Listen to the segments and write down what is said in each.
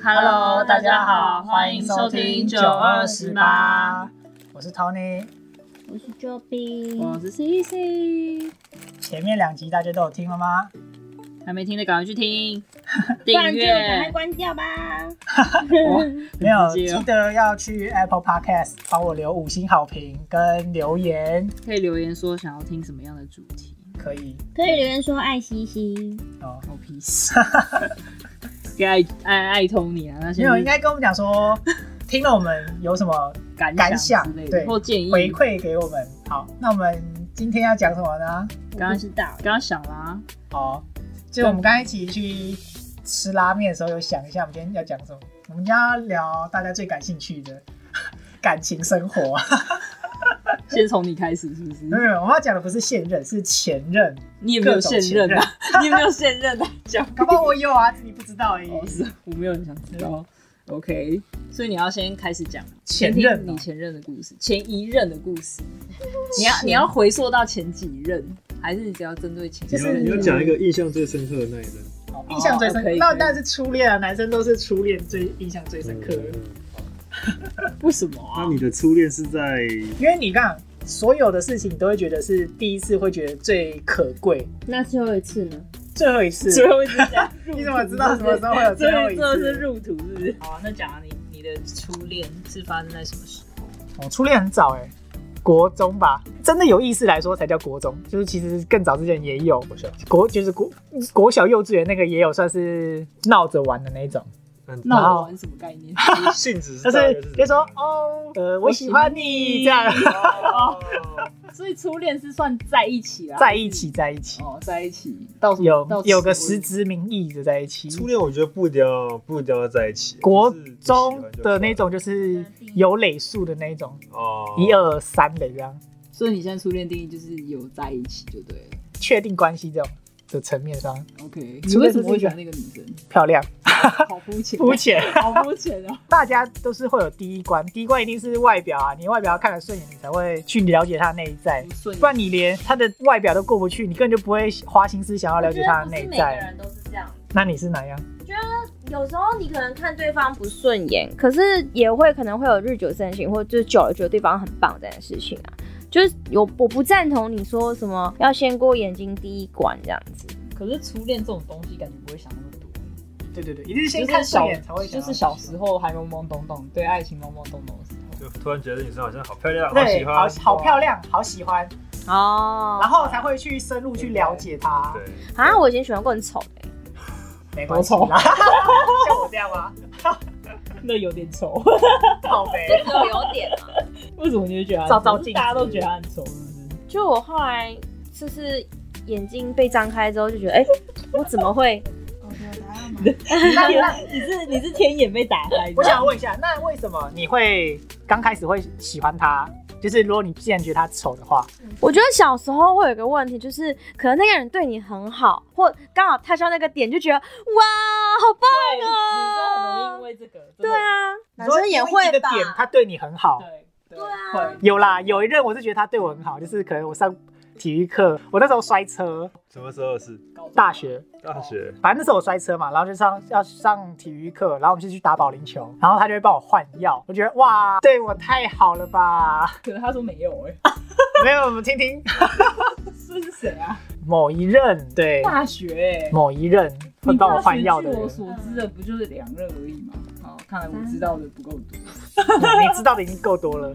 Hello，大家好，欢迎收听九二十八。，我是 Tony。我是 Joby，我是 CC，前面两集大家都有听了吗？还没听的赶快去听，不订然就赶快阅。关掉吧。哇没有，直接哦记得要去 Apple Podcast 帮我留五星好评跟留言，可以留言说想要听什么样的主题，可以可以留言说爱西西，哦。我屁事。给爱爱爱通你啊，那 没些有，应该跟我们讲说，听了我们有什么感感想想之类的，对或建议。回馈给我们。好，那我们今天要讲什么呢？刚我刚不知道。刚刚想啦，哦，就我们刚才一起去吃拉面的时候，有想一下我们今天要讲什么。我们今天要聊大家最感兴趣的 感情 生活。先从你开始是不 是？没有，没有，我们要讲的不是现任，是前任。你也没有现任啊， 你也没有现任来讲。搞不好我有啊，你不知道而已。哦，是啊，我没有很想知道。OK，所以你要先开始讲前先听任哦你前任的故事，前一任的故事。你要你要回溯到前几任，还是你只要针对前就几是任？你要讲一个印象最深刻的那一任，哦印象最深哦可刻以，那可以但是初恋啊，男生都是初恋最印象最深刻的。嗯为什么啊那？你的初恋是在因为你看，所有的事情你都会觉得是第一次，会觉得最可贵。那最后一次呢？最后一次，最后一次 讲入土，你怎么知道什么时候会有最最后后一一次次是入土，是不是？好啊，那讲啊，你你的初恋是发生在什么时候？我初恋很早哎、国中吧，真的有意识来说才叫国中，就是其实更早之前也有国小，国就是国国小幼稚园那个也有算是闹着玩的那一种，那然我后玩什么概念？ 性质就大概是是就 说哦，呃，我喜欢你这样，哦，所以初恋是算在一起啦，在一起在一起，哦，在一起到什么有到有个什么实质名义的在一起。初恋，我觉得不一定要不一定要在一起，国就是你喜欢中就的算那种就是有垒数的那一种，哦，一二三垒这样，所以你现在初恋定义就是有在一起就对了。确定关系这种的层面上， OK，你初为恋什是么会喜欢那个女生？漂亮 好肤浅，肤，浅。 好肤浅哦。大家都是会有第一关，第一关一定是外表啊，你外表要看得顺眼，你才会去了解他的内在， 不顺眼不然你连他的外表都过不去，你根本就不会花心思想要了我解觉他得的不是内每个在。人都是这样子，那你是哪样？有时候你可能看对方不顺眼，可是也会可能会有日久生情，或者就是久了觉得对方很棒这件事情啊。就是有我不赞同你说什么要先过眼睛第一关这样子，可是初恋这种东西，感觉不会想那么多。对对对，一定是就是小，就是小时候还懵懵懂懂，对爱情懵懵懂懂的时候。就突然觉得女生好像好漂亮，对，喜欢，好漂亮，好喜欢，哦然后才会去深入去了解他。对，啊，我以前喜欢过很丑的、没关系啦， 像我这样 吗？那有点丑， 好呗。有有点啊。为什么你会觉得他很照照丑镜子大家都觉得他很丑，是不是？就我后来就是眼睛被张开之后，就觉得哎、我怎么会？那那你是你是天眼被打开。 我想问一下，那为什么你会刚开始会喜欢他？就是如果你既然觉得他丑的话， 我觉得小时候会有一个问题，就是可能那个人对你很好，或刚好 touch 到那个点，就觉得哇，好对，棒女生很容易哦、因为这个，对对啊，啊，你说因为一个点他对你很好，对对对啊会有啦，有一任我是觉得他对我很好，就是可能我上体育课，我那时候摔车，什么时候是高中大学，大学？反正那时候我摔车嘛，然后就上要上体育课，然后我们就去打保龄球，然后他就会帮我换药，我觉得哇，对我太好了吧？ 可能他说没有哎、没有，我们听听这 是谁啊？某一任，对，大学哎、某一任会你帮我大换学药据的人，我你所知的不就是两任而已吗？好，看来我知道的不够 多。你知道的已经够多了。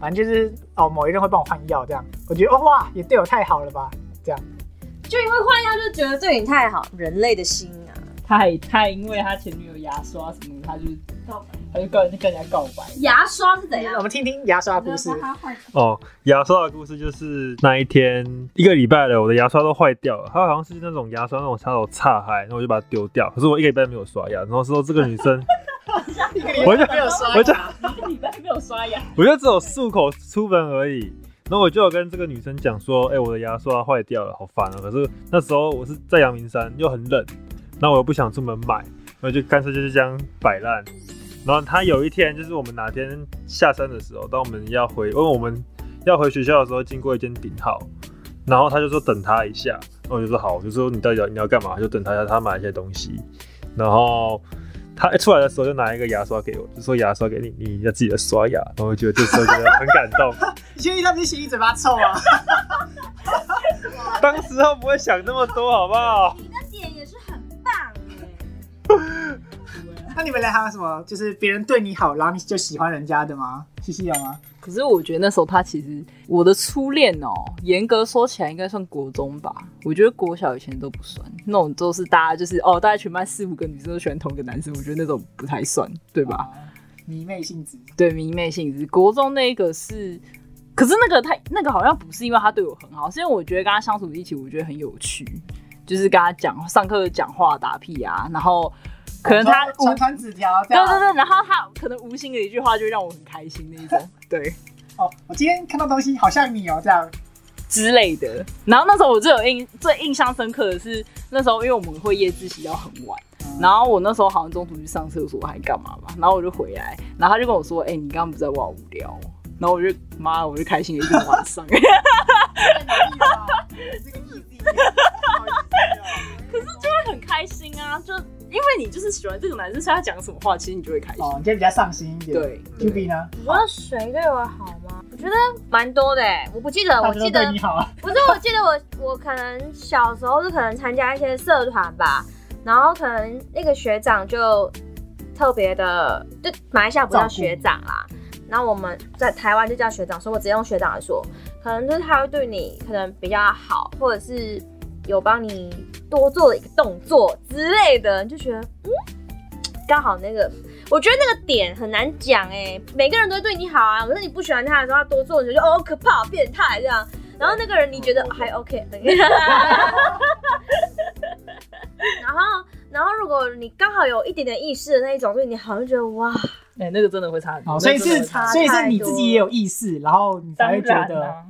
反正就是哦，某一任会帮我换药，这样我觉得哦哇，也对我太好了吧？就因为换药就觉得对你太好，人类的心啊，他还他因为他前女友牙刷什么的，他就告白他就跟跟人家 告白。牙刷是怎样我？们听听牙刷的故事，哦，牙刷的故事就是那一天一个礼拜了，我的牙刷都坏掉了，它好像是那种牙刷那种插头插嗨，然后我就把它丢掉，可是我一个礼拜没有刷牙，然后之后这个 女生。我就没有刷我就一个礼拜没有刷牙， 我就只有漱口出门而已。然后我就有跟这个女生讲说，哎、我的牙刷坏掉了，好烦啊！可是那时候我是在阳明山，又很冷，那我又不想出门买，我就干脆就是这样摆烂。然后她有一天，就是我们哪天下山的时候，当我们要回，因为我们要回学校的时候，经过一间顶号，然后她就说等她一下，然后我就说好，我就说你到底要你要干嘛？她就等她一下，她买一些东西，然后他一出来的时候就拿一个牙刷给我，就说牙刷给你，你要自己的刷牙。然后我觉得这时候觉得很感动，心里他不是心里嘴巴臭啊？ 当时候不会想那么多，好不好？你的点也是很棒欸那你们来还有什么？就是别人对你好，然后你就喜欢人家的吗？西西有吗？可是我觉得那时候他其实我的初恋哦，严格说起来应该算国中吧。我觉得国小以前都不算，那种都是大家就是哦，大家全班四五个女生都喜欢同一个男生，我觉得那种不太算，对吧？啊迷妹性质，对迷妹性质。国中那个是，可是那个他那个好像不是因为他对我很好，是因为我觉得跟他相处一起，我觉得很有趣，就是跟他讲上课讲话打屁啊，然后可能他无传传纸条这对样。对对，然后他可能无心的一句话就让我很开心那一种，对哦，我今天看到东西好像你哦，这样。之类的。然后那时候我最有印最印象深刻的是那时候，因为我们会夜自习到很晚。然后我那时候好像中途去上厕所还干嘛吧，然后我就回来，然后他就跟我说：“哎、你刚刚不在哇无聊哦、然后我就妈，我就开心了一个晚上。可是就很开心啊，就因为你就是喜欢这个男生，所以他讲什么话，其实你就会开心。哦，你就比较上心一点。对， ，Q B 呢？我不知道谁对我好吗？我觉得蛮多的、欸，我不记得，大家我记都得对你好啊。不是，我记得我我可能小时候是可能参加一些社团吧，然后可能那个学长就特别的，就马来西亚不叫学长啦，然后我们在台湾就叫学长，所以我直接用学长来说，可能就是他会对你可能比较好，或者是有帮你多做了一个动作之类的，你就觉得嗯，刚好那个。我觉得那个点很难讲哎、每个人都会对你好啊，可是你不喜欢他的时候，他多做你就觉得哦可怕变态这样，然后那个人你觉哦得还 OK，然后然后如果你刚好有一点点意识的那一种，就是你好像觉得哇，哎、那个真的会差很多。哦，所以那个真的是会差很所以是你自己也有意识，然后你才会觉当然得啊，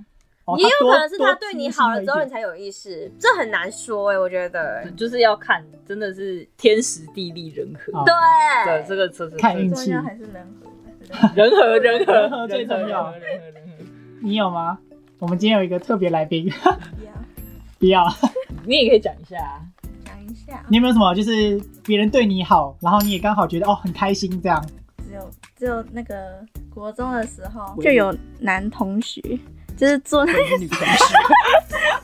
哦，也有可能是多他对你好了之后，你。多才有意识，这很难说哎、我觉得。就是要看，真的是天时地利人和。哦对，对，这个车是看运这气，是人和。人和人和人和最重要人和人和。你有吗？我们今天有一个特别来宾， 啊 不要，你也可以讲一下啊，讲一下，你有没有什么就是别人对你好，然后你也刚好觉得哦很开心这样？只有只有那个国中的时候我就有男同学，就是坐那，你是女同学，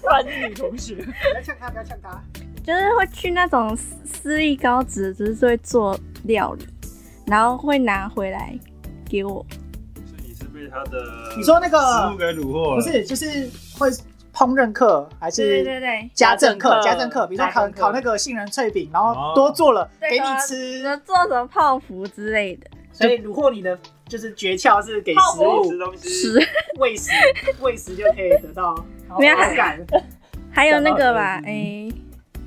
不然是女同学。不要呛他，不要呛他。就是会去那种私私立高职，就是会做料理，然后会拿回来给我。所以你是被他的你说那食物个给虏获了，不是就是会烹饪课还对对是对对，家政课？家家政政课课，比如说烤家政课烤那个杏仁脆饼，然后哦多做了对啊给你比如吃，做什么泡芙之类的，所以虏获你的就是诀窍是给食吃物东西是 喂食，喂食就可以得到没有好感。还有那个吧讲，到哎，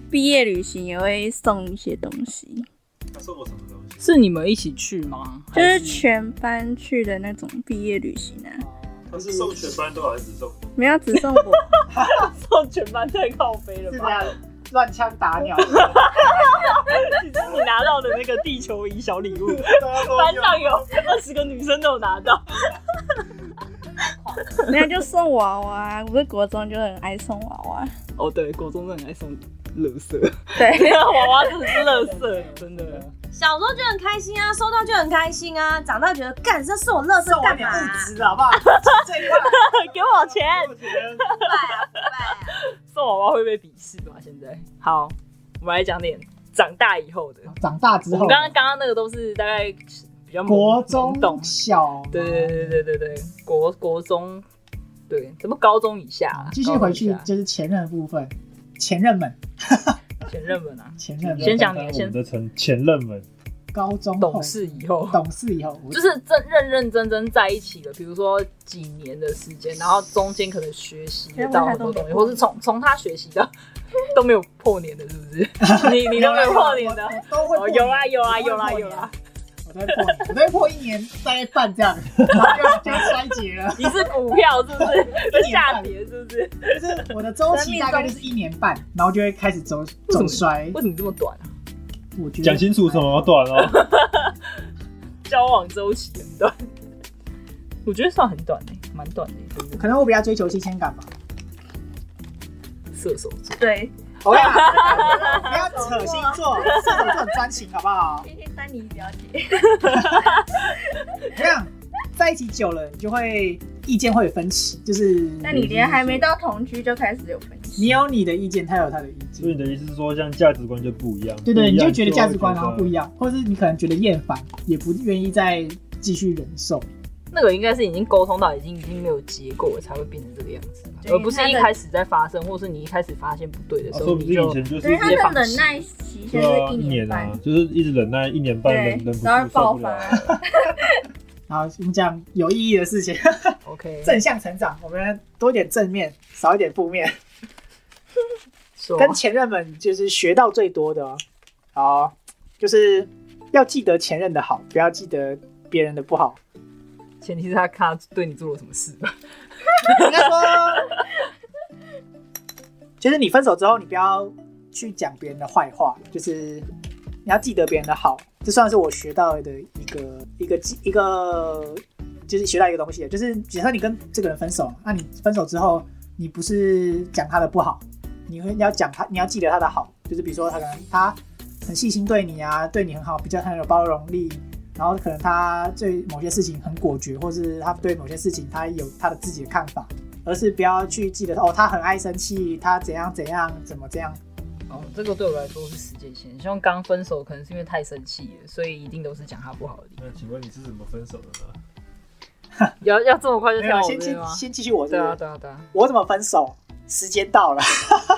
毕业旅行也会送一些东西，他送我什么东西？是你们一起去吗？就是全班去的那种毕业旅行啊，他是送全班都还是送？没有只送我。送全班太靠背了是这吧？样乱枪打鸟，啊你是你拿到的那个地球仪小礼物， 班班上有二十个女生都有拿到。 没有就送娃娃，我是国中就很爱送娃娃。哦，对，国中真的很爱送垃圾， 对，啊娃娃真的是垃圾，真的。小时候就很开心啊，收到就很开心啊，长大觉得干这是我乐色送我干点嘛、啊？物质好 不好？这一块给我钱，不拜啊不拜啊 送娃娃会被鄙视吧？现在好，我们来讲点长大以后的。长大之我后们，刚刚刚刚那个都是大概比较懵国懵懂中，小，对对对对对对，国国中，对，怎么高中以下啊？继续回去高中就是前任的部分，前任们，以下前任们啊，前任们先讲你的我先们的前前任们，高中后懂事以后。懂事以后，我就是真认认真真在一起的，比如说几年的时间，然后中间可能学习哎得到很多东西，或是从从他学习到都没有破年的，是不是？ 你你都没有破年的我，我 都会哦破有啊有啊我都有会啊破有年啊，我都会破年，我都会破一年大概半这样， 然后就就衰竭了。你是股票是不是？就 一年下半跌是不是？就是我的周期大概就是一年半，然后就会开始走什么走衰。为什么这么短啊？我觉得讲清楚什么短哦。交往周期很短， 我觉得算很短的、欸蛮短的、对不对可能我比较追求新鲜感吧。射手座，对，不要不要扯星座，射手座很专情，好不好？天天三你表姐，这样在一起久了，你就会意见会有分歧，就是那你连还没到同居就开始有分歧，你有你的意见，他有他的意所以你见。的意思是说，像价值观就不一样，对对，你就觉得价值观然后不一样，样，或者是你可能觉得厌烦，也不愿意再继续忍受。那个应该是已经沟通到已经已经没有结果了，才会变成这个样子吧，对而不是他的一开始在发生，或是你一开始发现不对的啊时说候，不你定以就前就是所以直他接放的弃忍耐期限对啊，是一一年半啊，，就是一直忍耐一年半，忍啊对忍不，住然后受爆不了发。了。然后我们讲有意义的事情， OK 正向成长，我们多一点正面，少一点负面，说跟前任们就是学到最多的哦。好，就是要记得前任的好，不要记得别人的不好。前提是他看他对你做了什么事吧。应该说， 就是你分手之后，你不要去讲别人的坏话，就是你要记得别人的好。这算是我学到的一个一个一个，就是学到一个东西，就是假设你跟这个人分手，那你分手之后，你不是讲他的不好，你会你要讲他，你要记得他的好，就是比如说他可能他很细心对你啊，对你很好，比较很有包容力，然后可能他对某些事情很果决，或是他对某些事情他有他的自己的看法，而是不要去记得哦，他很爱生气，他怎样怎样怎么这样。 哦，这个对我来说是时间线。像刚分手，可能是因为太生气了，所以一定都是讲他不好的地方。那请问你是怎么分手的呢？ 要要这么快就没跳有，啊我这先边先吗？先继续我这对啊，个，对啊，对啊。我怎么分手？时间到了，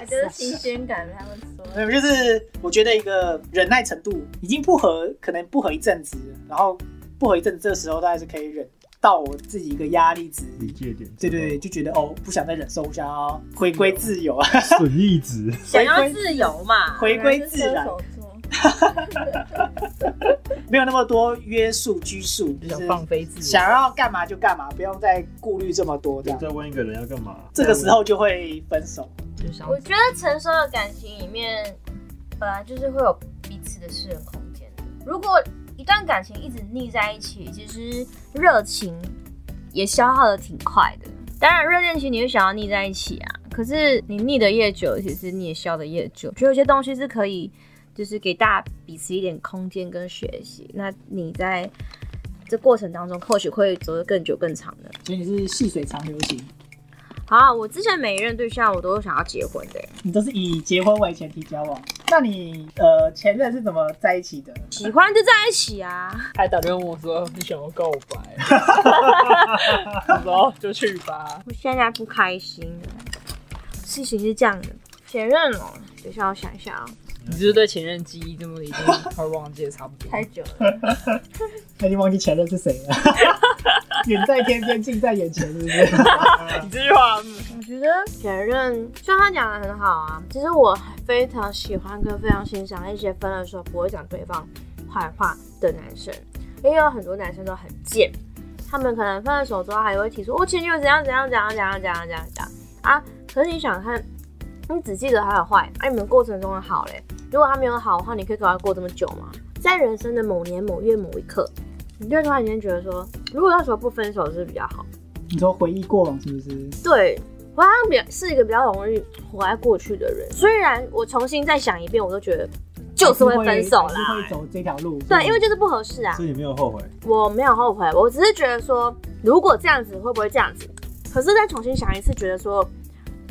就是新鲜感，他们说没有，就是我觉得一个忍耐程度已经不合，可能不合一阵子，然后不合一阵子，这时候大概是可以忍到我自己一个压力值。理解点，对对嗯对，，就觉得哦，不想再忍受，我想要回归自由， 损益 值。想要自由嘛？回归自原来然是射。手座，没有那么多约束拘束，就想是放飞自想我，要干嘛就干嘛，不用再顾虑这么多这样。再问一个人要干嘛？这个时候就会分手，就想我觉得成熟的感情里面，本来就是会有彼此的私人空间的。如果一段感情一直腻在一起，其实热情也消耗的挺快的。当然，热恋期你会想要腻在一起啊，可是你腻的越久，其实你也消的越久。就有些东西是可以，就是给大家彼此一点空间跟学习。那你在这过程当中，或许会走得更久更长的。所以你是细水长流型，好啊，我之前每一任对象，我都有想要结婚的欸、你都是以结婚为前提交往。那你呃前任是怎么在一起的？喜欢就在一起啊。还打电话问我说你想要告白，我说哦就去吧。我现在不开心了。事情是这样的，前任哦，等一下我想一下啊、你就是对前任记忆这么已经快忘记的差不多。太久了，他已经忘记前任是谁了， 远在天边，近在眼前，是不是？ 你这句话我觉得前任虽然他讲的很好啊，其实我非常喜欢跟非常欣赏一些分了手不会讲对方坏话的男生，因为有很多男生都很贱，他们可能分了手之后还会提出我哦前女友怎样怎样怎样怎样怎样怎样怎样啊，可是你想看，你只记得他的坏，啊你们过程中的好嘞，如果他没有好的话，你可以跟他过这么久吗？在人生的某年某月某一刻，你就会突然间觉得说，如果那时候不分手是不是比较好。你说回忆过往是不是？对，我好像比较是一个比较容易活在过去的人。虽然我重新再想一遍，我都觉得就是会分手还是啦嗯会。走这条路。对，因为就是不合适啊。哎所以你没有后悔，我没有后悔，我只是觉得说，如果这样子会不会这样子？可是再重新想一次，觉得说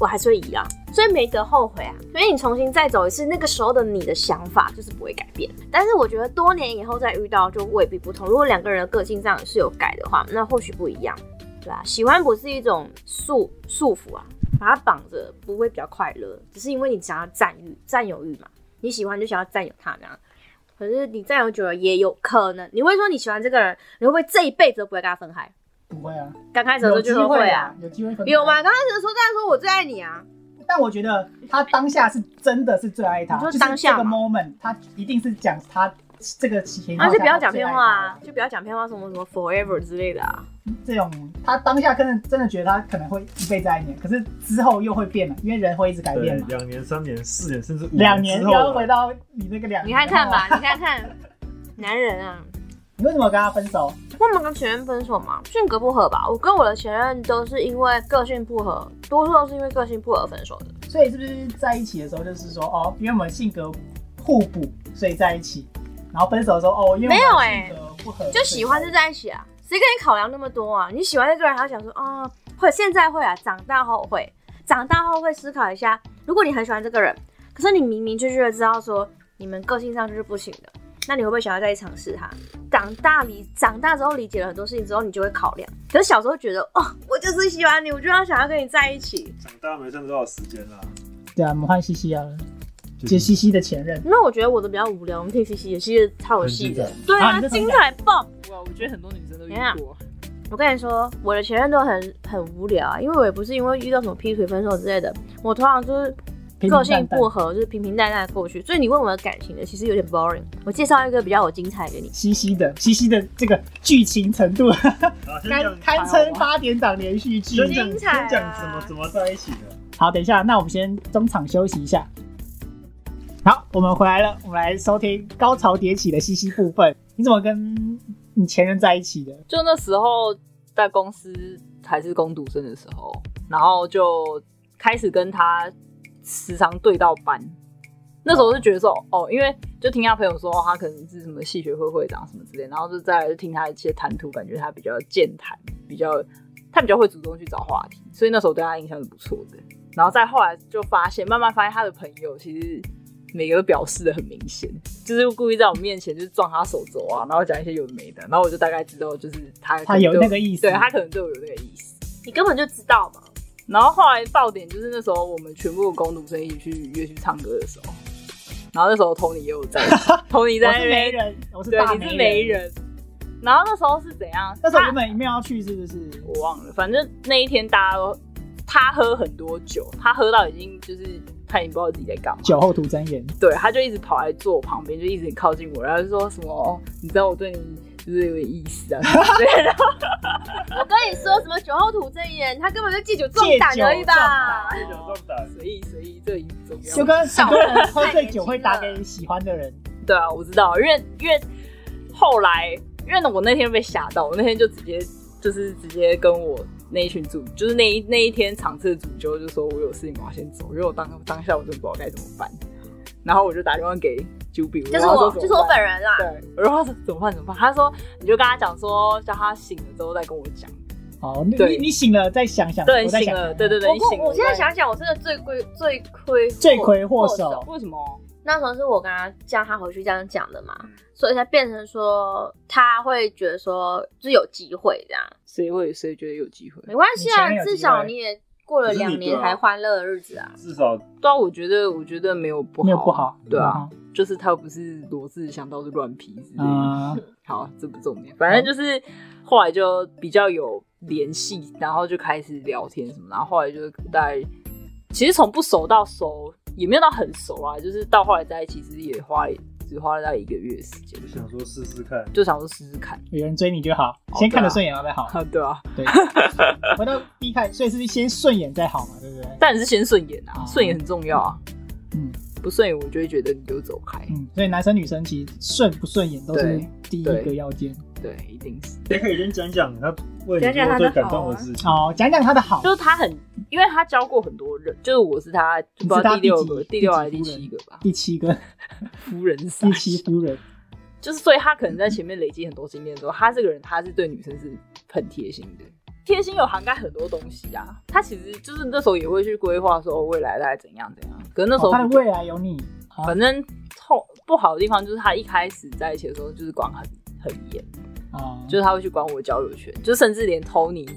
我还是会一样，所以没得后悔啊。所以你重新再走一次，那个时候的你的想法就是不会改变。但是我觉得多年以后再遇到就未必不同。如果两个人的个性上是有改的话，那或许不一样，对吧、喜欢不是一种束束缚啊，把它绑着不会比较快乐，只是因为你想要占有占有欲嘛，你喜欢就想要占有它这样。可是你占有久了也有可能，你会说你喜欢这个人，你会不会这一辈子都不会跟他分开？不会啊，刚开始的时候就说会啊，，有机会分开有吗？？刚开始的时候大家说我最爱你啊，但我觉得他当下是真的是最爱他，你说就是当下这个嘛 moment，他一定是讲他这个情况然下后就不要讲骗话他最啊爱， 就不要讲骗话，什么什么 forever 之类的啊。 他。这种他当下真的真的觉得他可能会一辈子爱你，可是之后又会变了，因为人会一直改对变，嘛。两年、三年、四年，甚至五两年又之后要了，回到你那个两你年，看看。吧，你看看，男人啊，你为什么跟他分手？我们跟前任分手嘛，性格不合吧？我跟我的前任都是因为个性不合，多数都是因为个性不合分手的。所以是不是在一起的时候就是说哦，因为我们性格互补，所以在一起。然后分手说哦，因为我没有们欸性格不合，就喜欢就在一起啊，谁跟你考量那么多啊？你喜欢那个人，还要想说啊、会现在会啊，长大后会，长大后会思考一下。如果你很喜欢这个人，可是你明明确确的知道说你们个性上就是不行的，那你会不会想要再去尝试他？长大理长大之后理解了很多事情之后，你就会考量。可是小时候觉得哦，我就是喜欢你，我就要想要跟你在一起。长大没剩多少时间啦。对啊，我们换西西啊，接西西的前任，那我觉得我的比较无聊，我们听 C C 也是超有戏的很，对啊啊，你这精彩爆哇，我觉得很多女生都遇怎样过，我跟你说，我的前任都很很无聊啊，因为我也不是因为遇到什么劈腿、分手之类的，我通常就是平平个淡淡性不合，就是平平淡淡地过去。所以你问我的感情的，其实有点 boring。我介绍一个比较有精彩给你。西西的西西的这个剧情程 度，好，先堪讲堪称八点档连续剧。先讲精彩啊先讲怎么怎么在一起的。好，等一下，那我们先中场休息一下。好，我们回来了，我们来收听高潮迭起的西西部分。你怎么跟你前任在一起的？就那时候在公司还是工读生的时候，然后就开始跟他时常对到班。那时候就觉得说，哦，因为就听他朋友说，哦、他可能是什么系学会会长什么之类，然后就再来就听他一些谈吐，感觉他比较健谈，比较他比较会主动去找话题，所以那时候对他印象是不错的。然后再后来就发现，慢慢发现他的朋友其实每个都表示的很明显，就是故意在我面前就是撞他手肘啊，然后讲一些有的没的，然后我就大概知道就是他他有那个意思对他可能对我有那个意思。你根本就知道嘛，然后后来爆点就是那时候我们全部的工读生一起去约去唱歌的时候，然后那时候 Tony 也有在 ，Tony 我在那是媒边，人，我是大对，媒你人。是媒人。然后那时候是怎样？那时候他原本没有要去，是不是？我忘了，反正那一天大家都他喝很多酒，他喝到已经就是他已经不知道自己在干嘛，酒后吐真言，对，他就一直跑来坐我旁边，就一直靠近我，然后就说什么哦，你知道我对你就是有点意思啊， 对，然后我跟你说什么酒后吐真言，他根本就借酒壮借胆酒而已壮吧。胆先讲重胆，随意随意，这已经不就重要。跟很多人喝醉酒会打给喜欢的人，对啊，我知道，因为因为后来，因为我那天被吓到，我那天就直接就是直接跟我那一群主，就是那一那一天场次的主揪就说我有事情我要先走，因为我当当下我真的不知道该怎么办，然后我就打电话给 Juby，就是我，就是我本人。人啦。对，我就说怎么办怎么办？他说你就跟他讲说，叫他醒了之后再跟我讲。哦，你对你你醒了再想想，对，我再醒想了，对对对，你我醒了。我现在再想想，我真的罪亏罪亏罪魁祸首为什么？那时候是我跟他叫他回去这样讲的嘛，所以才变成说他会觉得说就是有机会这样，谁会谁觉得有机会？没关系你前啊面有，机会至少你也过了两啊年才欢乐的日子啊。至少对啊，我觉得我觉得没有不好，没有不好，对啊，，就是他又不是罗志祥到是乱皮之类的。啊，好，这不重点，反正就是后来就比较有联系，然后就开始聊天什么，然后后来就大概其实从不熟到熟，也没有到很熟啊，就是到后来在一起，其实也花只花了大概一个月的时间就，啊想说试试看。就想说试试看。有人追你就好，哦先看得顺眼了再好。啊， 对啊，对，回到 B 看，所以是先顺眼再好嘛，对不对？但是先顺眼啊，哦顺眼很重要啊。嗯不顺眼，我就会觉得你就走开。嗯，所以男生女生其实顺不顺眼都是对第一个要件。对，一定是。也可以先讲讲他为你讲讲做他的最感好动的啊事情。哦，讲讲他的好就，是他很，因为他教过很多人，就是我是他不你知道是他第六个、第第几六还是第第几七个吧，第 七个夫人赛第，七夫人，就是所以他可能在前面累积很多经验之后，他这个人他是对女生是很贴心的，贴心有涵盖很多东西啊。他其实就是那时候也会去规划说哦未来大概怎样怎样，可是那时候哦他的不未来有你，啊反正后不好的地方就是他一开始在一起的时候就是管很很严，啊，就是他会去管我交友圈，就甚至连 Tony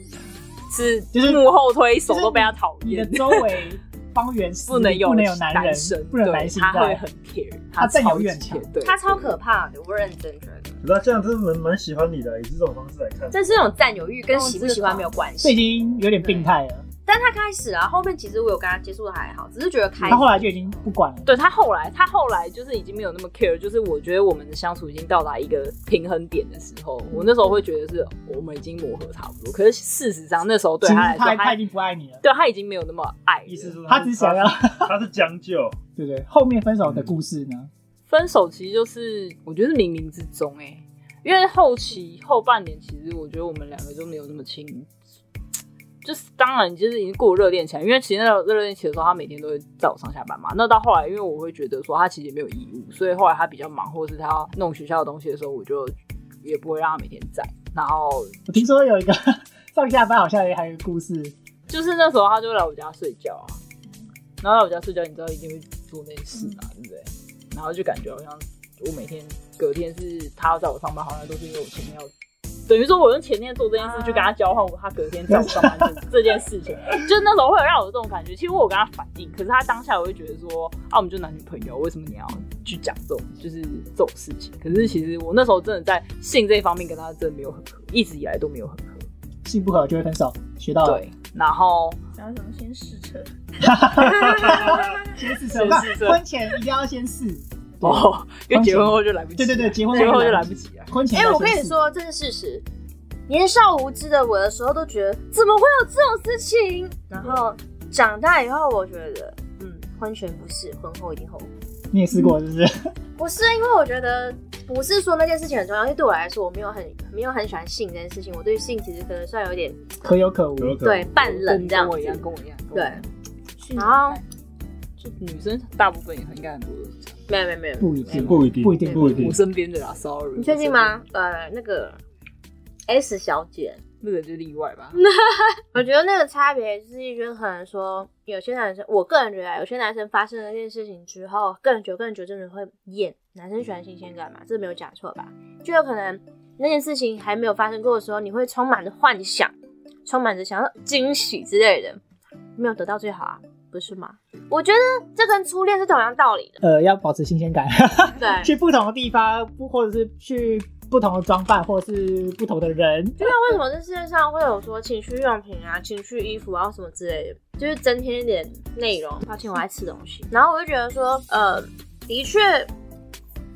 是就是幕后推手就是都被他讨你的厌。周围方圆十里不能有不能有男人生，，不能有对男性他会在很 care，他占有超级欲很强 care，对，他超可怕的，我认真觉得，可是他这样真的蛮蛮喜欢你的，以这种方式来看，这是那种占有欲，跟喜不喜欢没有关哦这已系。经有点病态了。但他开始啊，后面其实我有跟他接触的还好，只是觉得开他后来就已经不管了。对他后来，他后来就是已经没有那么 care，就是我觉得我们的相处已经到达一个平衡点的时候，我那时候会觉得是我们已经磨合差不多。可是事实上，那时候对其实他来他说，他他已经不爱你了，对他已经没有那么爱了。意思是说他只想要他是将就，对不对？后面分手的故事嗯呢？分手其实就是我觉得是冥冥之中哎、因为后期后半年其实我觉得我们两个就没有那么亲，就是当然就是已经过热恋期了，因为其实那个热恋期的时候，他每天都会载我上下班嘛。那到后来，因为我会觉得说他其实没有义务，所以后来他比较忙，或者是他要弄学校的东西的时候，我就也不会让他每天载。然后我听说有一个上下班好像也还有一个故事，就是那时候他就来我家睡觉啊，然后来我家睡觉，你知道一定会做那些事嘛，对不对？然后就感觉好像我每天隔天是他要载我上班，好像都是因为我前面要。等于说，我用前天做这件事去跟他交换，我他隔天载我上班这这件事情，就是那时候会有让我有这种感觉。其实我有跟他反映，可是他当下我会觉得说，啊，我们就男女朋友，为什么你要去讲这种就是这种事情？可是其实我那时候真的在性这一方面跟他真的没有很合，一直以来都没有很合。性不合就会分手，学到了。对，然后想要想先试车，先试先车试吧车婚前一定要先试。对，哦，因为结婚后就来不及，啊对对对，，结婚结婚后就就来来不不及，及啊。婚前哎、要我先跟你试，说，这是事实。年少无知的我的时候都觉得，怎么会有这种事情？然后长大以后，我觉得，嗯，婚前不是，婚后一定后悔。你也试过是不是？ 不是因为我觉得不是说那件事情很重要，因为对我来说，我没有很没有很喜欢性这件事情，我对性其实可能算有点可有可无。有可能对半冷这跟样我一样，子。跟我一样。跟我一对样，然后就女生大部分也很应该很多都是这样。没有没有没有，不一定，不一定不一定，对不一定我。身边的啦，sorry。你确定？吗？呃，那个 S 小姐，那个就例外吧。我觉得那个差别就是，就是可能说有些男生，我个人觉得啊有些男生发生了这件事情之后，更久更久真的会厌。男生喜欢新鲜感嘛，这没有讲错吧？就有可能那件事情还没有发生过的时候，你会充满着幻想，充满着想要惊喜之类的，没有得到最好啊，不是吗？我觉得这跟初恋是同样道理的，呃，要保持新鲜感， 对去不同的地方，不或者是去不同的装扮，或者是不同的人，就像啊为什么这世界上会有说情趣用品啊、情趣衣服啊什么之类的，就是增添一点内容。抱歉，我爱吃东西。然后我就觉得说，呃，的确，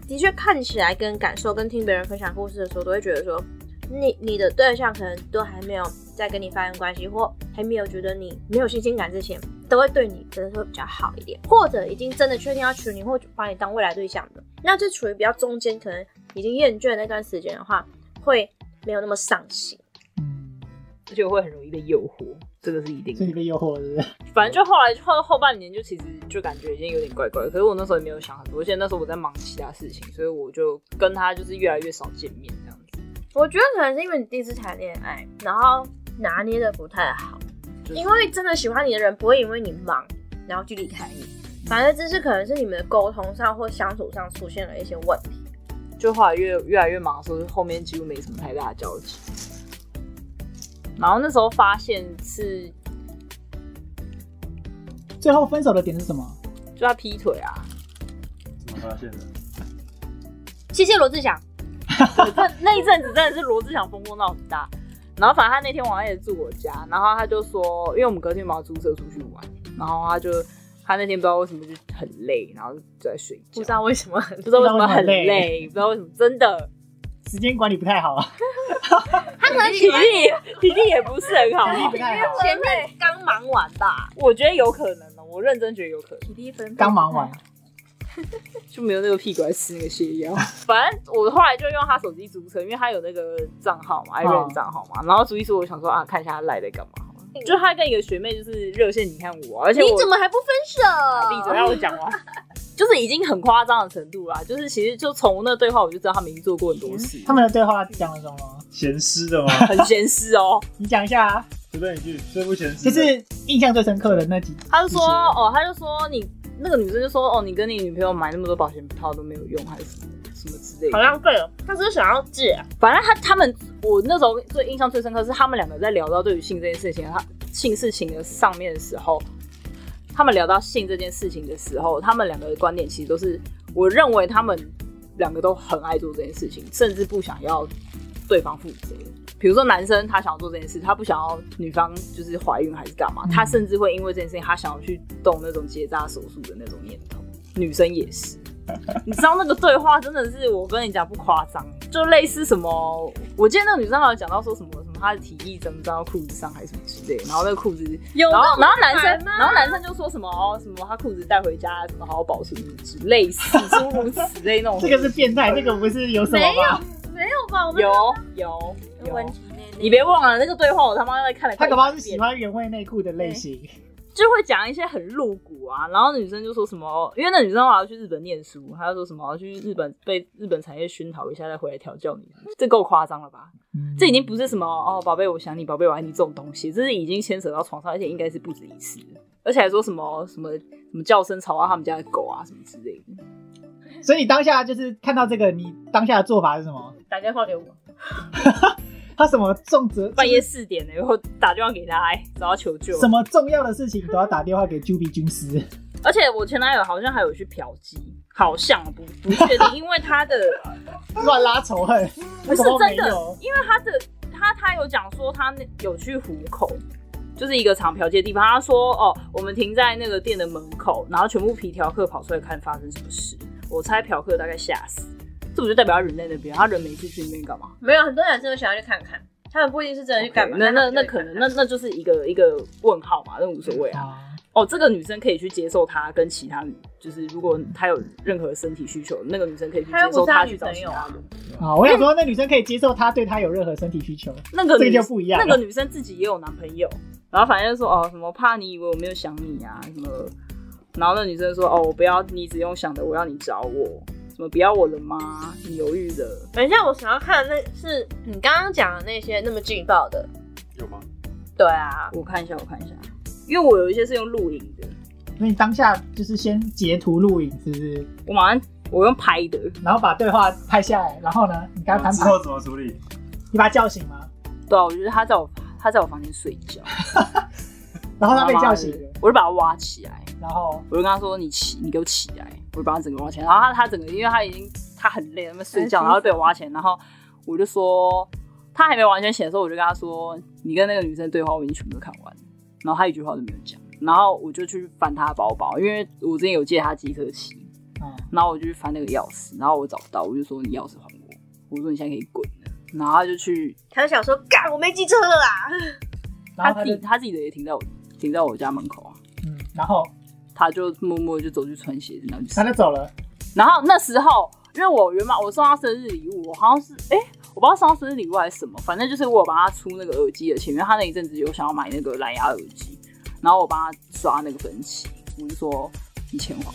的确看起来跟感受跟听别人分享故事的时候，都会觉得说，你你的对象可能都还没有在跟你发生关系，或还没有觉得你没有新鲜感之前，都会对你真的会比较好一点，或者已经真的确定要娶你，或把你当未来对象的，那就处于比较中间，可能已经厌倦那段时间的话，会没有那么上心。嗯，而且会很容易被诱惑，这个是一定所的。以你被诱惑了，是不是？反正就后来后后半年就其实就感觉已经有点怪怪，可是我那时候也没有想很多，而且那时候我在忙其他事情，所以我就跟他就是越来越少见面这样子。我觉得可能是因为你第一次谈恋爱，然后拿捏的不太好，就是因为真的喜欢你的人不会因为你忙然后去离开你，反正这是可能是你们的沟通上或相处上出现了一些问题。就后来越越来越忙的时候，就后面几乎没什么太大的交集。然后那时候发现是最后分手的点是什么？就他劈腿啊，怎么发现的？ 谢谢罗志祥，那那一阵子真的是罗志祥风波闹很大。然后反正他那天晚上也住我家，然后他就说，因为我们隔天晚上租车出去玩，然后他就他那天不知道为什么就很累，然后就在睡觉，不知道为什么很不知道为什么很不知道为什么累，不知道为什么真的时间管理不太好啊，他可能体 力体力也不是很体力 好不，太好，前面刚忙完吧，我觉得有可能哦，我认真觉得有可能。体力分刚忙完，就没有那个屁股来吃那个泻 药。反正我后来就用他手机注册，因为他有那个账号嘛，iron 账号嘛。然后注册，我想说啊，看一下他赖在干嘛好了。就他跟一个学妹就是热线，你看我，而且我你怎么还不分闭手？嘴，让我讲完。 就是已经很夸张的程度啦，就是其实就从那对话我就知道他们已经做过很多事，他们的对话讲了什么？咸湿 的吗？很闲事哦。你讲一下啊，随便一句，最不咸就湿的。是印象最深刻的那几， 他就说谢谢哦，他就说你那个女生就说哦，你跟你女朋友买那么多保险套都没有用，还是什么什么之类的好。浪费哦，他只是想要啊借、反正他他们，我那时候最印象最深刻是呃他们两个在聊到对于性这件事情，他呃性事情的上面的时候，他们聊到性这件事情的时候，他们两个的观点其实都是，我认为他们两个都很爱做这件事情，甚至不想要对方负责。比如说男生他想要做这件事，他不想要女方就是怀孕还是干嘛，嗯他甚至会因为这件事情他想要去动那种结扎手术的那种念头。女生也是，你知道那个对话真的是我跟你讲不夸张，就类似什么，我记得那个女生好像讲到说什么什么她的体液怎么沾到裤子上还是什么之类的，然后那个裤子，有然后然后男烦生吗，然后男生就说什么哦什么他裤子带回家怎么好好保存之类似诸如此类那种，这个是变态，这个不是有什么吗？没有吧？我们有有有文体内你别忘了那个对话，我他妈在看了快他一搞百遍。不好是喜欢原味内裤的类型，就会讲一些很露骨啊，然后女生就说什么，哦因为那女生我要去日本念书，她就说什么要去日本被日本产业熏陶一下，再回来调教你，这够夸张了吧？嗯这已经不是什么哦，宝贝我想你，宝贝我爱你这种东西，这是已经牵扯到床上，而且应该是不止一次，而且还说什么什么什么叫声吵到他们家的狗啊什么之类的。所以你当下就是看到这个，你当下的做法是什么？打电话给我，他什么重责半夜四点了，我打电话给他，哎找他求 救。什么重要的事情都要打电话给 Juby 军师，而且我前男友好像还有去嫖妓，好像不不确定，因为他的。乱拉仇恨，不是我怎么真没的有，因为他的他他有讲说他那有去虎口，就是一个常嫖妓的地方。他说哦，我们停在那个店的门口，然后全部皮条客跑出来看发生什么事。我猜嫖客大概吓死，这不就代表他人在那边，他人没事去那边干嘛？没有很多男生都想要去看看，他们不一定是真的去干嘛。那那但他那们就可会能看那那就是一个一个问号嘛，那无所谓啊。啊，哦，这个女生可以去接受他跟其他女，就是如果她有任何身体需求，那个女生可以去接受他去找其他人。啊，我想说，那女生可以接受他对她有任何身体需求，那个这个女就不一样了那个女生自己也有男朋友，然后反正就说哦什么怕你以为我没有想你啊什么，然后那女生说哦我不要你只用想的，我要你找我，什么不要我了吗？你犹豫了，等一下，我想要看的那是你刚刚讲的那些那么劲爆的，有吗？对啊，我看一下我看一下，因为我有一些是用录影的，所以你当下就是先截图录影，是不是？我马上我用拍的，然后把对话拍下来，然后呢，你跟他那谈之判，啊后怎么处理？你把他叫醒吗？对啊，我觉得她在我她在我房间睡觉，然后他被妈妈叫的醒了，我就把她挖起来，然后我就跟她说你起你给我起来，我就把她整个挖起来，然后她她整个因为她已经她很累，在那边睡哎觉，然后被我挖起来，然后我就说她还没完全醒的时候，我就跟她说你跟那个女生对话我已经全部都看完了，然后她一句话都没有讲，然后我就去翻她的包包，因为我之前有借她机车骑，啊，然后我就去翻那个钥匙，然后我找不到，我就说你钥匙还我，我说你现在可以滚了，然后她就去他就想说，干，我没机车了啊啦。然后她他自就己她自己的也停在我停在我家门口啊。嗯，然后她就默默就走去穿鞋子，然后就他就走了，然后那时候，因为我原本我送他生日礼物，我好像是哎、我不知道送他生日礼物还是什么，反正就是我有帮他出那个耳机的钱，因为他那一阵子有想要买那个蓝牙耳机，然后我帮他刷那个分期，我就说你钱还我，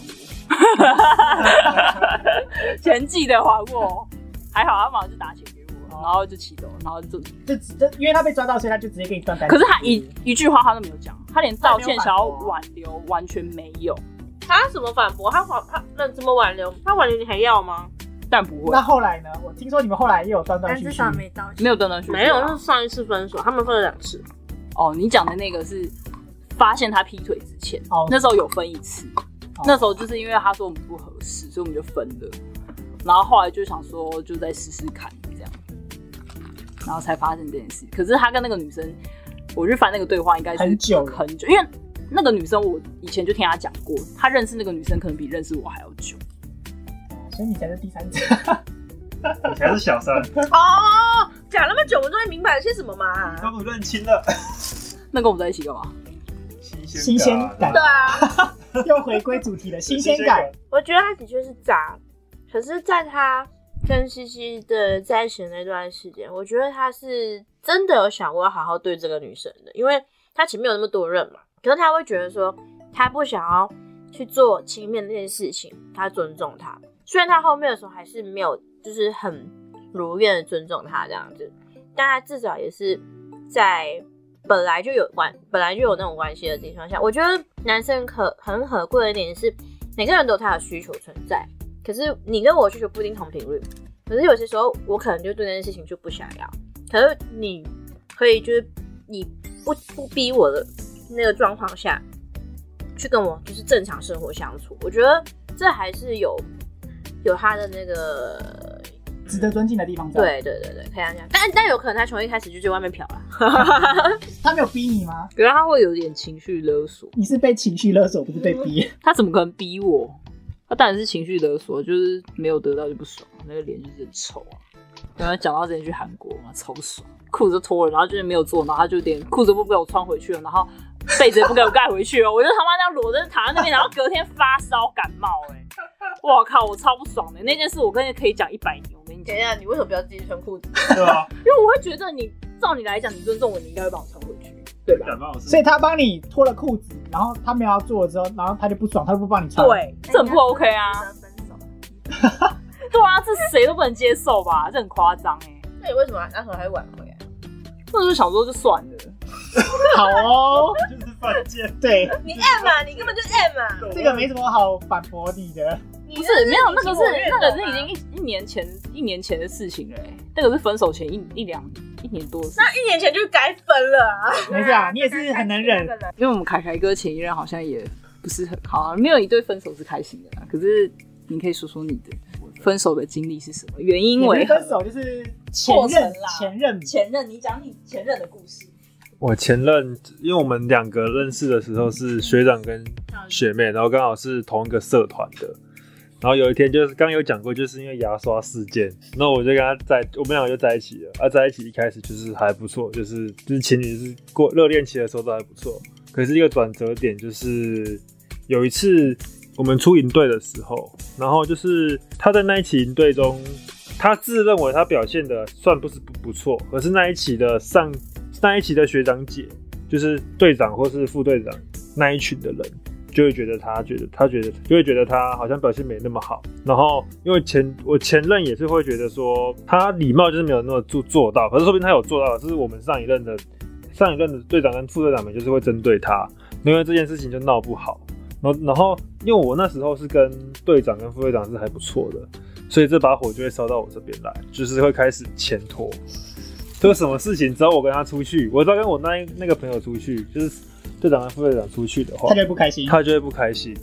钱记得还我，还好他马上就打钱给我，然后就骑走，然后就，就只就因为他被抓到，所以他就直接给你断单。可是他一一句话他都没有讲，他连道歉他没有想反驳要挽留完全没有， 他怎么反驳？他挽他那怎么挽留？他挽留你还要吗？但不会那后来呢？我听说你们后来也有断断但续至续少，没道歉。没有断断续续啊没有，那是上一次分手，他们分了两次。哦，你讲的那个是发现他劈腿之前，哦那时候有分一次，哦那时候就是因为他说我们不合适，所以我们就分了。然后后来就想说，就再试试看这样，然后才发生这件事。可是他跟那个女生，我去翻那个对话，应该是很久了很久，因为那个女生我以前就听她讲过，她认识那个女生可能比认识我还要久。所以你才是第三者。你才是小 三，哦，讲那么久，我终于明白了些什么嘛。他们认清了，那跟我们在一起干嘛？新新鲜感对啊， 又回归主题了，新鲜感。我觉得他的确是渣，可是在他跟西西的在一起的那段时间，我觉得他是真的有想过要好好对这个女生的，因为他前面有那么多任嘛，可是他会觉得说他不想要去做前面那件事情，他尊重她，虽然他后面的时候还是没有就是很如愿的尊重她这样子，但他至少也是在本来就有关，本来就有那种关系的情况下，我觉得男生可很可贵的一点是，每个人都有他的需求存在，可是你跟我需求不一定同频率，可是有些时候我可能就对那件事情就不想要，可是你可以就是你不不逼我的那个状况下，去跟我就是正常生活相处，我觉得这还是有有他的那个。值得尊敬的地方在。，对对对对，可以这样讲，但但有可能他从一开始就去外面嫖了，他没有逼你吗？原来他会有点情绪勒索，你是被情绪勒索，不是被逼。他怎么可能逼我？他当然是情绪勒索，就是没有得到就不爽，那个脸就是很臭啊。然后讲到之前去韩国嘛，超爽，裤子都脱了，然后就是没有做，然后他就连裤子不给我穿回去了，然后被子也不给我盖回去哦，我就他妈那样裸着躺在那边，然后隔天发烧感冒、欸，哎，我靠，我超不爽的那件事，我跟你可以讲一百年，我跟你讲等一，下，你为什么不要自己穿裤子？对啊，因为我会觉得你照你来讲，你尊重我，你应该会帮我穿回去，对吧？感冒是所以他帮你脱了裤子，然后他没有要做了之后，然后他就不爽，他就不帮你穿。，对，这很不 OK 啊！分手。对啊，这谁都不能接受吧？这很夸张哎。那你为什么那时候还挽回啊？那时候想说就算了，好哦， 就是犯贱。对，你 M 啊，嗯你根本就 M 啊！这个没什么好反驳你的。你不是没有那个是那个是已经一一一年前一年前的事情了、欸，那个是分手前一一两一年多的事。一年前就该分了啊！没事啊，你也是很能忍。因为我们凯凯哥前一任好像也不是很好啊，没有一对分手是开心的啦。可是你可以说说你的分手的经历是什么？原因因为为何分手就是前过程任啦，前任前任，你讲你前任的故事。我前任，因为我们两个认识的时候是学长跟学嗯妹，然后刚好是同一个社团的。然后有一天就是刚有讲过，就是因为牙刷事件，那我就跟他在，我们两个就在一起了。啊，在一起一开始就是还不错，就是就是情侣是过热恋期的时候都还不错。可是一个转折点就是有一次我们出营队的时候，然后就是他在那一期营队中，他自认为他表现的算不是不不错，可是那一期的上那一期的学长姐，就是队长或是副队长那一群的人，就会觉得他觉得他觉得就会觉得他好像表现没那么好。然后因为前我前任也是会觉得说他礼貌就是没有那么做做到，可是说不定他有做到，只是我们上一任的 上一任的队长跟副队长们就是会针对他，因为这件事情就闹不好。然后然后因为我那时候是跟队长跟副队长是还不错的，所以这把火就会烧到我这边来，就是会开始前拖。这个什么事情？只要我跟他出去，我只要跟我那那个朋友出去，就是队长跟副队长出去的话，他就不开心。他就会不开心。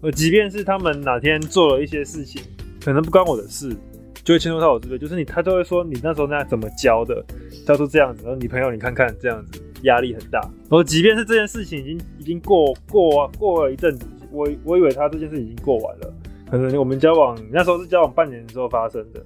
呃，即便是他们哪天做了一些事情，可能不关我的事，就会牵扯到我这边。就是你，他就会说你那时候那样怎么教的，教出这样子，然后你朋友你看看这样子，压力很大。然后即便是这件事情已经已经过过过了一阵子，我我以为他这件事已经过完了，可能我们交往那时候是交往半年的时候发生的，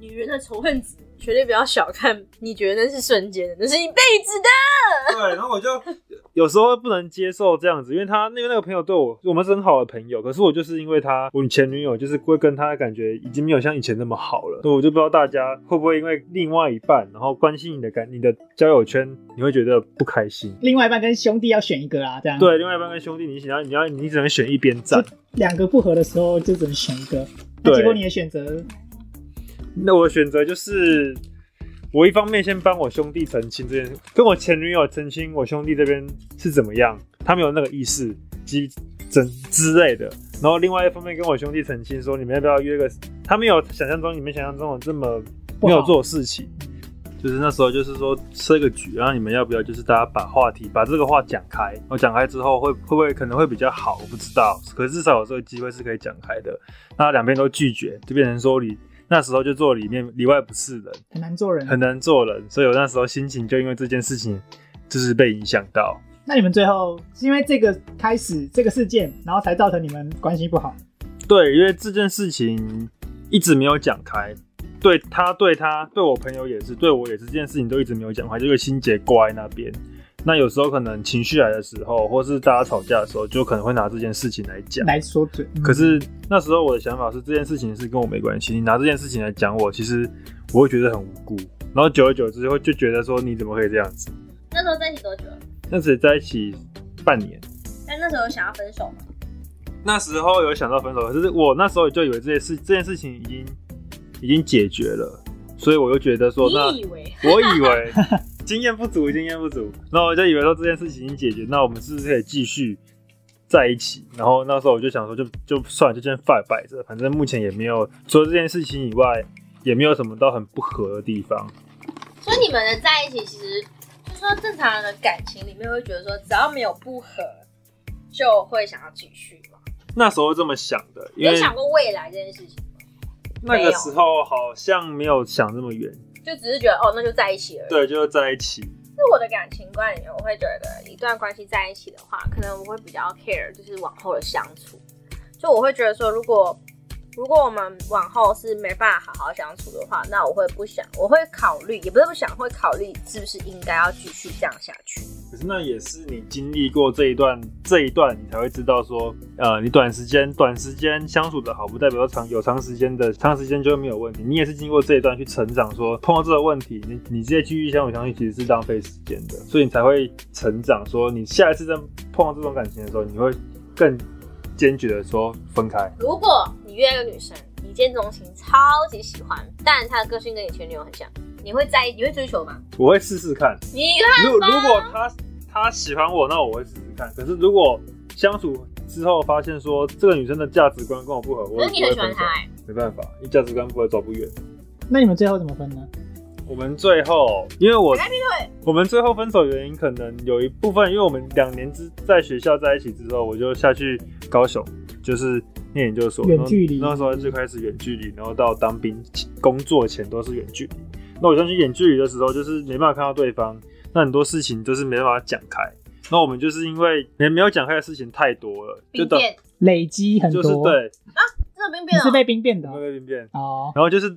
女人的仇恨值绝对不要小看，你觉得那是瞬间的，那是一辈子的。对，然后我就 有时候不能接受这样子，因为他那个那个朋友对我，我们是很好的朋友，可是我就是因为他，我前女友就是会跟他感觉已经没有像以前那么好了，所以我就不知道大家会不会因为另外一半，然后关心你的感你的交友圈，你会觉得不开心。另外一半跟兄弟要选一个啊，这样。，对，另外一半跟兄弟，你想要你要你只能选一边站。两个不合的时候就只能选一个。那对结果你的选择， 那我的选择就是，我一方面先帮我兄弟澄清这件事，跟我前女友澄清我兄弟这边是怎么样，他没有那个意识及整之类的。然后另外一方面跟我兄弟澄清说，你们要不要约个？他没有想象中你们想象中的这么不没好有做事情。就是那时候，就是说设个局，然后你们要不要，就是大家把话题把这个话讲开，然后讲开之后会会不会可能会比较好，我不知道，可是至少有这个机会是可以讲开的。那两边都拒绝，就变成说你那时候就做里面里外不是人，很难做人。很难做人，所以我那时候心情就因为这件事情就是被影响到。那你们最后是因为这个开始这个事件，然后才造成你们关系不好。对，因为这件事情一直没有讲开，对他、对他、对我朋友也是，对我也是，这件事情都一直没有讲开，就个心结挂在那边。那有时候可能情绪来的时候，或是大家吵架的时候，就可能会拿这件事情来讲。来说嘴，嗯可是那时候我的想法是，这件事情是跟我没关系。你拿这件事情来讲我，其实我会觉得很无辜。然后久而久之，会就觉得说你怎么可以这样子？那时候在一起多久了？那时在一起半年，但那时候想要分手吗？那时候有想到分手，可是我那时候就以为这件事这件事情已经已经解决了，所以我就觉得说，那你以为我以为经验不足，经验不足，那我就以为说这件事情已经解决，那我们是不是可以继续在一起？然后那时候我就想说就，就算了，就先放摆着，反正目前也没有除了这件事情以外，也没有什么到很不合的地方。所以你们的在一起，其实就说正常人的感情里面会觉得说，只要没有不合，就会想要继续嘛。那时候这么想的，因有为想过未来这件事情，那没有个时候好像没有想那么远，就只是觉得哦，那就在一起了。对，就在一起。是我的感情观里面，我会觉得一段关系在一起的话，可能我会比较 care 就是往后的相处。就我会觉得说，如果如果我们往后是没办法好好相处的话，那我会不想，我会考虑，也不是不想，会考虑是不是应该要继续这样下去。可是那也是你经历过这一段这一段，你才会知道说，呃，你短时间短时间相处的好，不代表长有长时间的长时间就会没有问题。你也是经过这一段去成长说，碰到这个问题，你你直接继续相处下去其实是浪费时间的，所以你才会成长说，你下一次再碰到这种感情的时候，你会更坚决的说分开。如果你约一个女生，你见钟情超级喜欢，但她的个性跟你前女友很像，你会在意，你会追求吗？我会试试看，你如如果他他喜欢我，那我会试试看。可是如果相处之后发现说这个女生的价值观跟我不合，我可也是你不很会喜欢分手她哎、没办法，你价值观不合走不远。那你们最后怎么分呢？我们最后，因为我来闭嘴我们最后分手原因可能有一部分，因为我们两年之在学校在一起之后，我就下去高雄，就是念研究所，远距离然后那时候最开始远距离，然后到当兵工作前都是远距离。那我相信远距离的时候，就是没办法看到对方，那很多事情都是没办法讲开。那我们就是因为没没有讲开的事情太多了，就冰等变，累积很多，就是啊对，真的冰你变是了。被兵变的会哦被兵变。哦。然后就是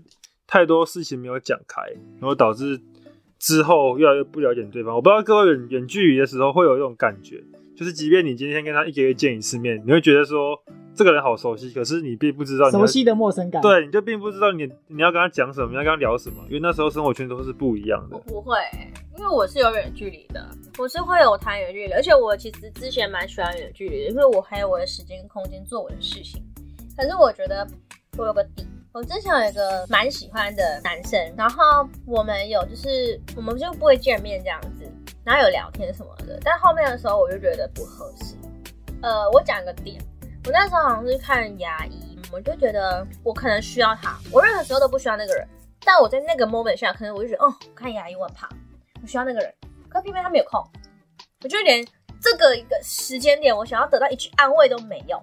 太多事情没有讲开，然后导致之后越来越不了解对方。我不知道各位远远距离的时候会有一种感觉，就是即便你今天跟他一个月见一次面，你会觉得说这个人好熟悉，可是你并不知道你要熟悉的陌生感，，对，你就并不知道你你要跟他讲什么，你要跟他聊什么，因为那时候生活圈都是不一样我的。不会、因为我是有远距离的，我是会有谈远距离，而且我其实之前蛮喜欢远距离的，因为我还有我的时间空间做我的事情。可是我觉得我有个底，我之前有一个蛮喜欢的男生，然后我们有就是我们就不会见面这样子，然后有聊天什么的，但后面的时候我就觉得不合适。呃，我讲个点，我那时候好像是看牙医，我就觉得我可能需要他，我任何时候都不需要那个人，但我在那个 moment 下，可能我就觉得，哦，我看牙医我很怕，我需要那个人，可偏偏他没有空，我就连这个一个时间点，我想要得到一句安慰都没有。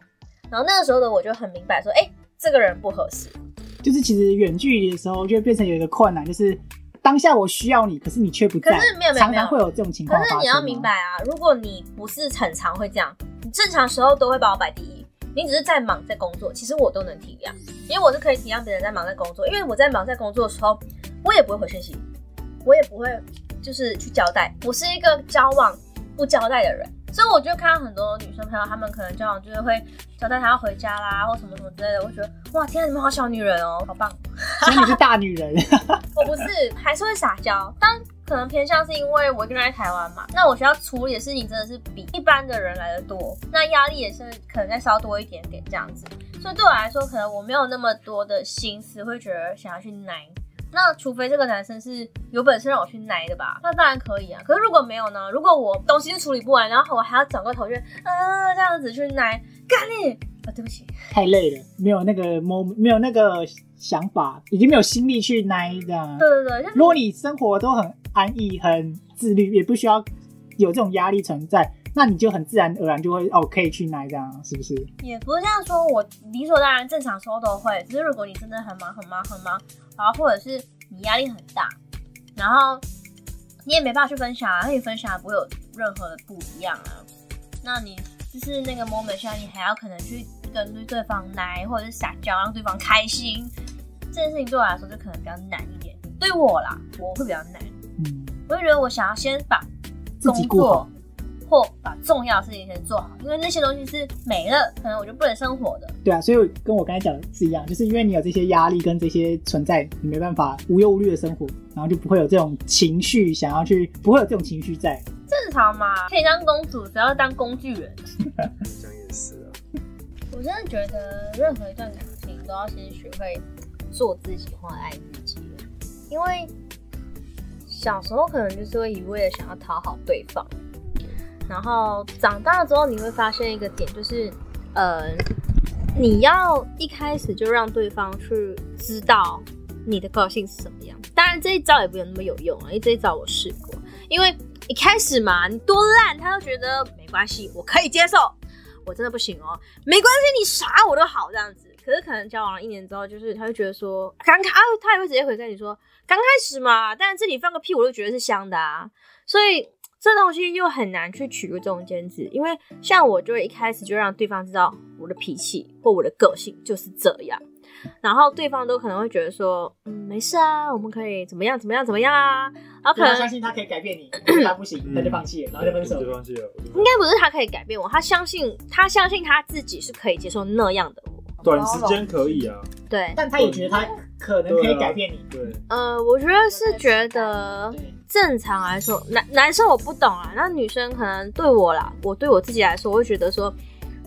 然后那个时候的我就很明白说，哎、这个人不合适。就是其实远距离的时候就会变成有一个困难，就是当下我需要你，可是你却不在，可是没有没有常没有常会有这种情可况发是生。你要明白，啊，如果你不是很常会这样，你正常时候都会把我摆第一。你只是在忙在工作，其实我都能体谅，因为我是可以体谅别人在忙在工作，因为我在忙在工作的时候，我也不会回讯息，我也不会就是去交代，我是一个交往不交代的人，所以我就看到很多女生朋友，她们可能交往就是会交代她要回家啦，或什么什么之类的，我就觉得哇，天啊，你们好小女人哦，好棒。所以你是大女人，我不是，还是会撒娇，但可能偏向是因为我一个人在台湾嘛，那我需要处理的事情真的是比一般的人来的多，那压力也是可能再稍多一点点这样子，所以对我来说，可能我没有那么多的心思，会觉得想要去奶。那除非这个男生是有本事让我去奶的吧，那当然可以啊。可是如果没有呢？如果我东西是处理不完，然后我还要转过头去，呃，这样子去奶，干你！啊、对不起，太累了，没有那个 moment，没有那个想法，已经没有心力去耐这样。对对对，就是如果你生活都很安逸、很自律，也不需要有这种压力存在，那你就很自然而然就会哦，可以去奶这样，是不是？也不是这样说，我理所当然正常时候都会，只是如果你真的很忙很忙很忙，然后或者是你压力很大，然后你也没办法去分享啊，那你分享也不会有任何的不一样啊。那你就是那个 moment 下，你还要可能去跟对方来，或者是撒娇让对方开心，这件事情对我来说就可能比较难一点。对我啦，我会比较难，嗯，我就觉得我想要先把自己工过好作。或把重要的事情先做好，因为那些东西是没了，可能我就不能生活的。对啊，所以跟我刚才讲的是一样，就是因为你有这些压力跟这些存在，你没办法无忧无虑的生活，然后就不会有这种情绪想要去，不会有这种情绪在。正常嘛，可以当公主，不要当工具人。讲也是啊，我真的觉得任何一段感情都要先学会做自己或爱自己，因为小时候可能就是会一味的想要讨好对方，然后长大之后你会发现一个点，就是呃，你要一开始就让对方去知道你的个性是什么样。当然这一招也不能那么有用啊，因为这一招我试过，因为一开始嘛，你多烂他都觉得没关系，我可以接受。我真的不行哦，没关系，你啥我都好这样子。可是可能交往了一年之后，就是他会觉得说，刚开啊，他也会直接回跟你说，刚开始嘛，但这里放个屁我都觉得是香的啊。所以这东西又很难去取个中间值，因为像我就会一开始就让对方知道我的脾气或我的个性就是这样。然后对方都可能会觉得说，嗯，没事啊，我们可以怎么样怎么样怎么样啊，然后可他能相信他可以改变你，他不行，他就放弃了，然后就分手就了。放弃了。应该不是他可以改变我，他相信他相信他自己是可以接受那样的我。短时间可以啊，对，但他也觉得他可能可以啊改变你。对，呃，我觉得是觉得对，正常来说，男男生我不懂啊，那女生可能对我啦，我对我自己来说，我会觉得说，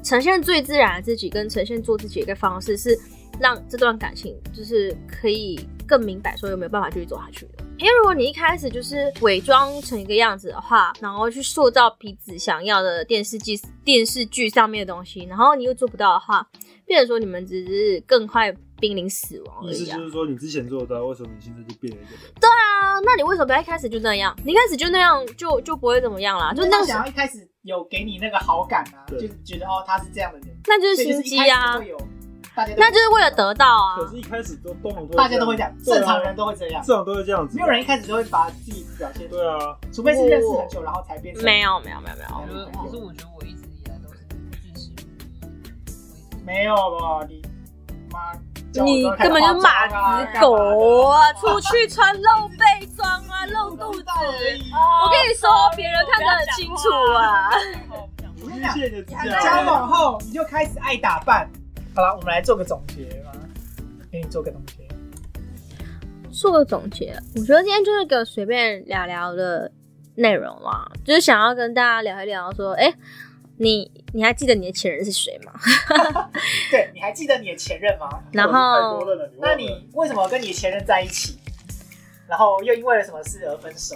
呈现最自然的自己跟呈现做自己的一个方式，是让这段感情就是可以更明白说有没有办法继续走下去的。因为如果你一开始就是伪装成一个样子的话，然后去塑造彼此想要的电视剧电视剧上面的东西，然后你又做不到的话，变成说你们只是更快濒临死亡而意思已啊就。是说你之前做得到，为什么你现在就变了一个人？啊，那你为什么不要一开始就那样？你一开始就那样就就不会怎么样啦，就就是那他时想要一开始有给你那个好感啊，对就是觉得哦他是这样的人，那就是所以就心是一机开始啊就，会有大家都那就是为了得到啊可。是，一开始都动容，大家都会这样，对啊正常人都会这样，这种都会这样子，啊没有人一开始都会把自己表现出来对啊，除非是认识很久然后才变成哦没有没有没有没可有，是可是我觉得我一直以来都是自食其力，没有吧？你妈，你根本就是啊马子狗啊！出去穿露背装啊，露肚子。哎我跟你说，别人看得很清楚啊。我无跟限你讲的指交甲，往后你就开始爱打扮。好了，我们来做个总结吧，给你做个总结。做个总结，我觉得今天就是个随便聊聊的内容啦，就是想要跟大家聊一聊说，哎、你你还记得你的前任是谁吗？对，你还记得你的前任吗？然后太多哦了你忘那了你为什么跟你前任在一起，然后又因为了什么事而分手？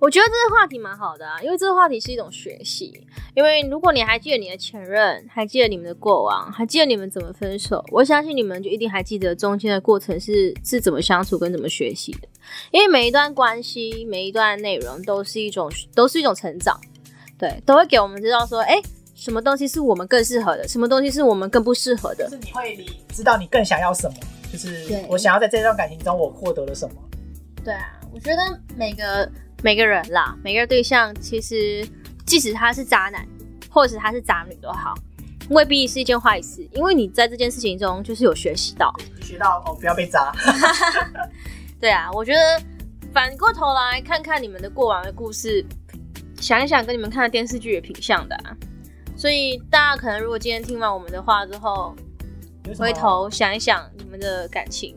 我觉得这个话题蛮好的啊，因为这个话题是一种学习。因为如果你还记得你的前任，还记得你们的过往，还记得你们怎么分手，我相信你们就一定还记得中间的过程是是怎么相处跟怎么学习的。因为每一段关系，每一段内容都是一种都是一种成长，对，都会给我们知道说，哎，什么东西是我们更适合的，什么东西是我们更不适合就的。是你会你知道你更想要什么，就是对我想要在这段感情中我获得了什么。对啊，我觉得每个每个人啦，每个对象，其实即使他是渣男，或者他是渣女都好，未必是一件坏事，因为你在这件事情中就是有学习到。你学到哦，不要被渣。对啊，我觉得反过头来看看你们的过往的故事，想一想跟你们看的电视剧也挺像的、啊，所以大家可能如果今天听完我们的话之后，有什么回头想一想你们的感情，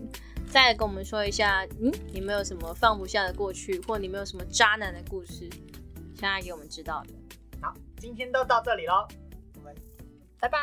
再跟我们说一下，嗯，你们有什么放不下的过去，或你们有什么渣男的故事，现在给我们知道的，好，今天都到这里喽，我们拜拜。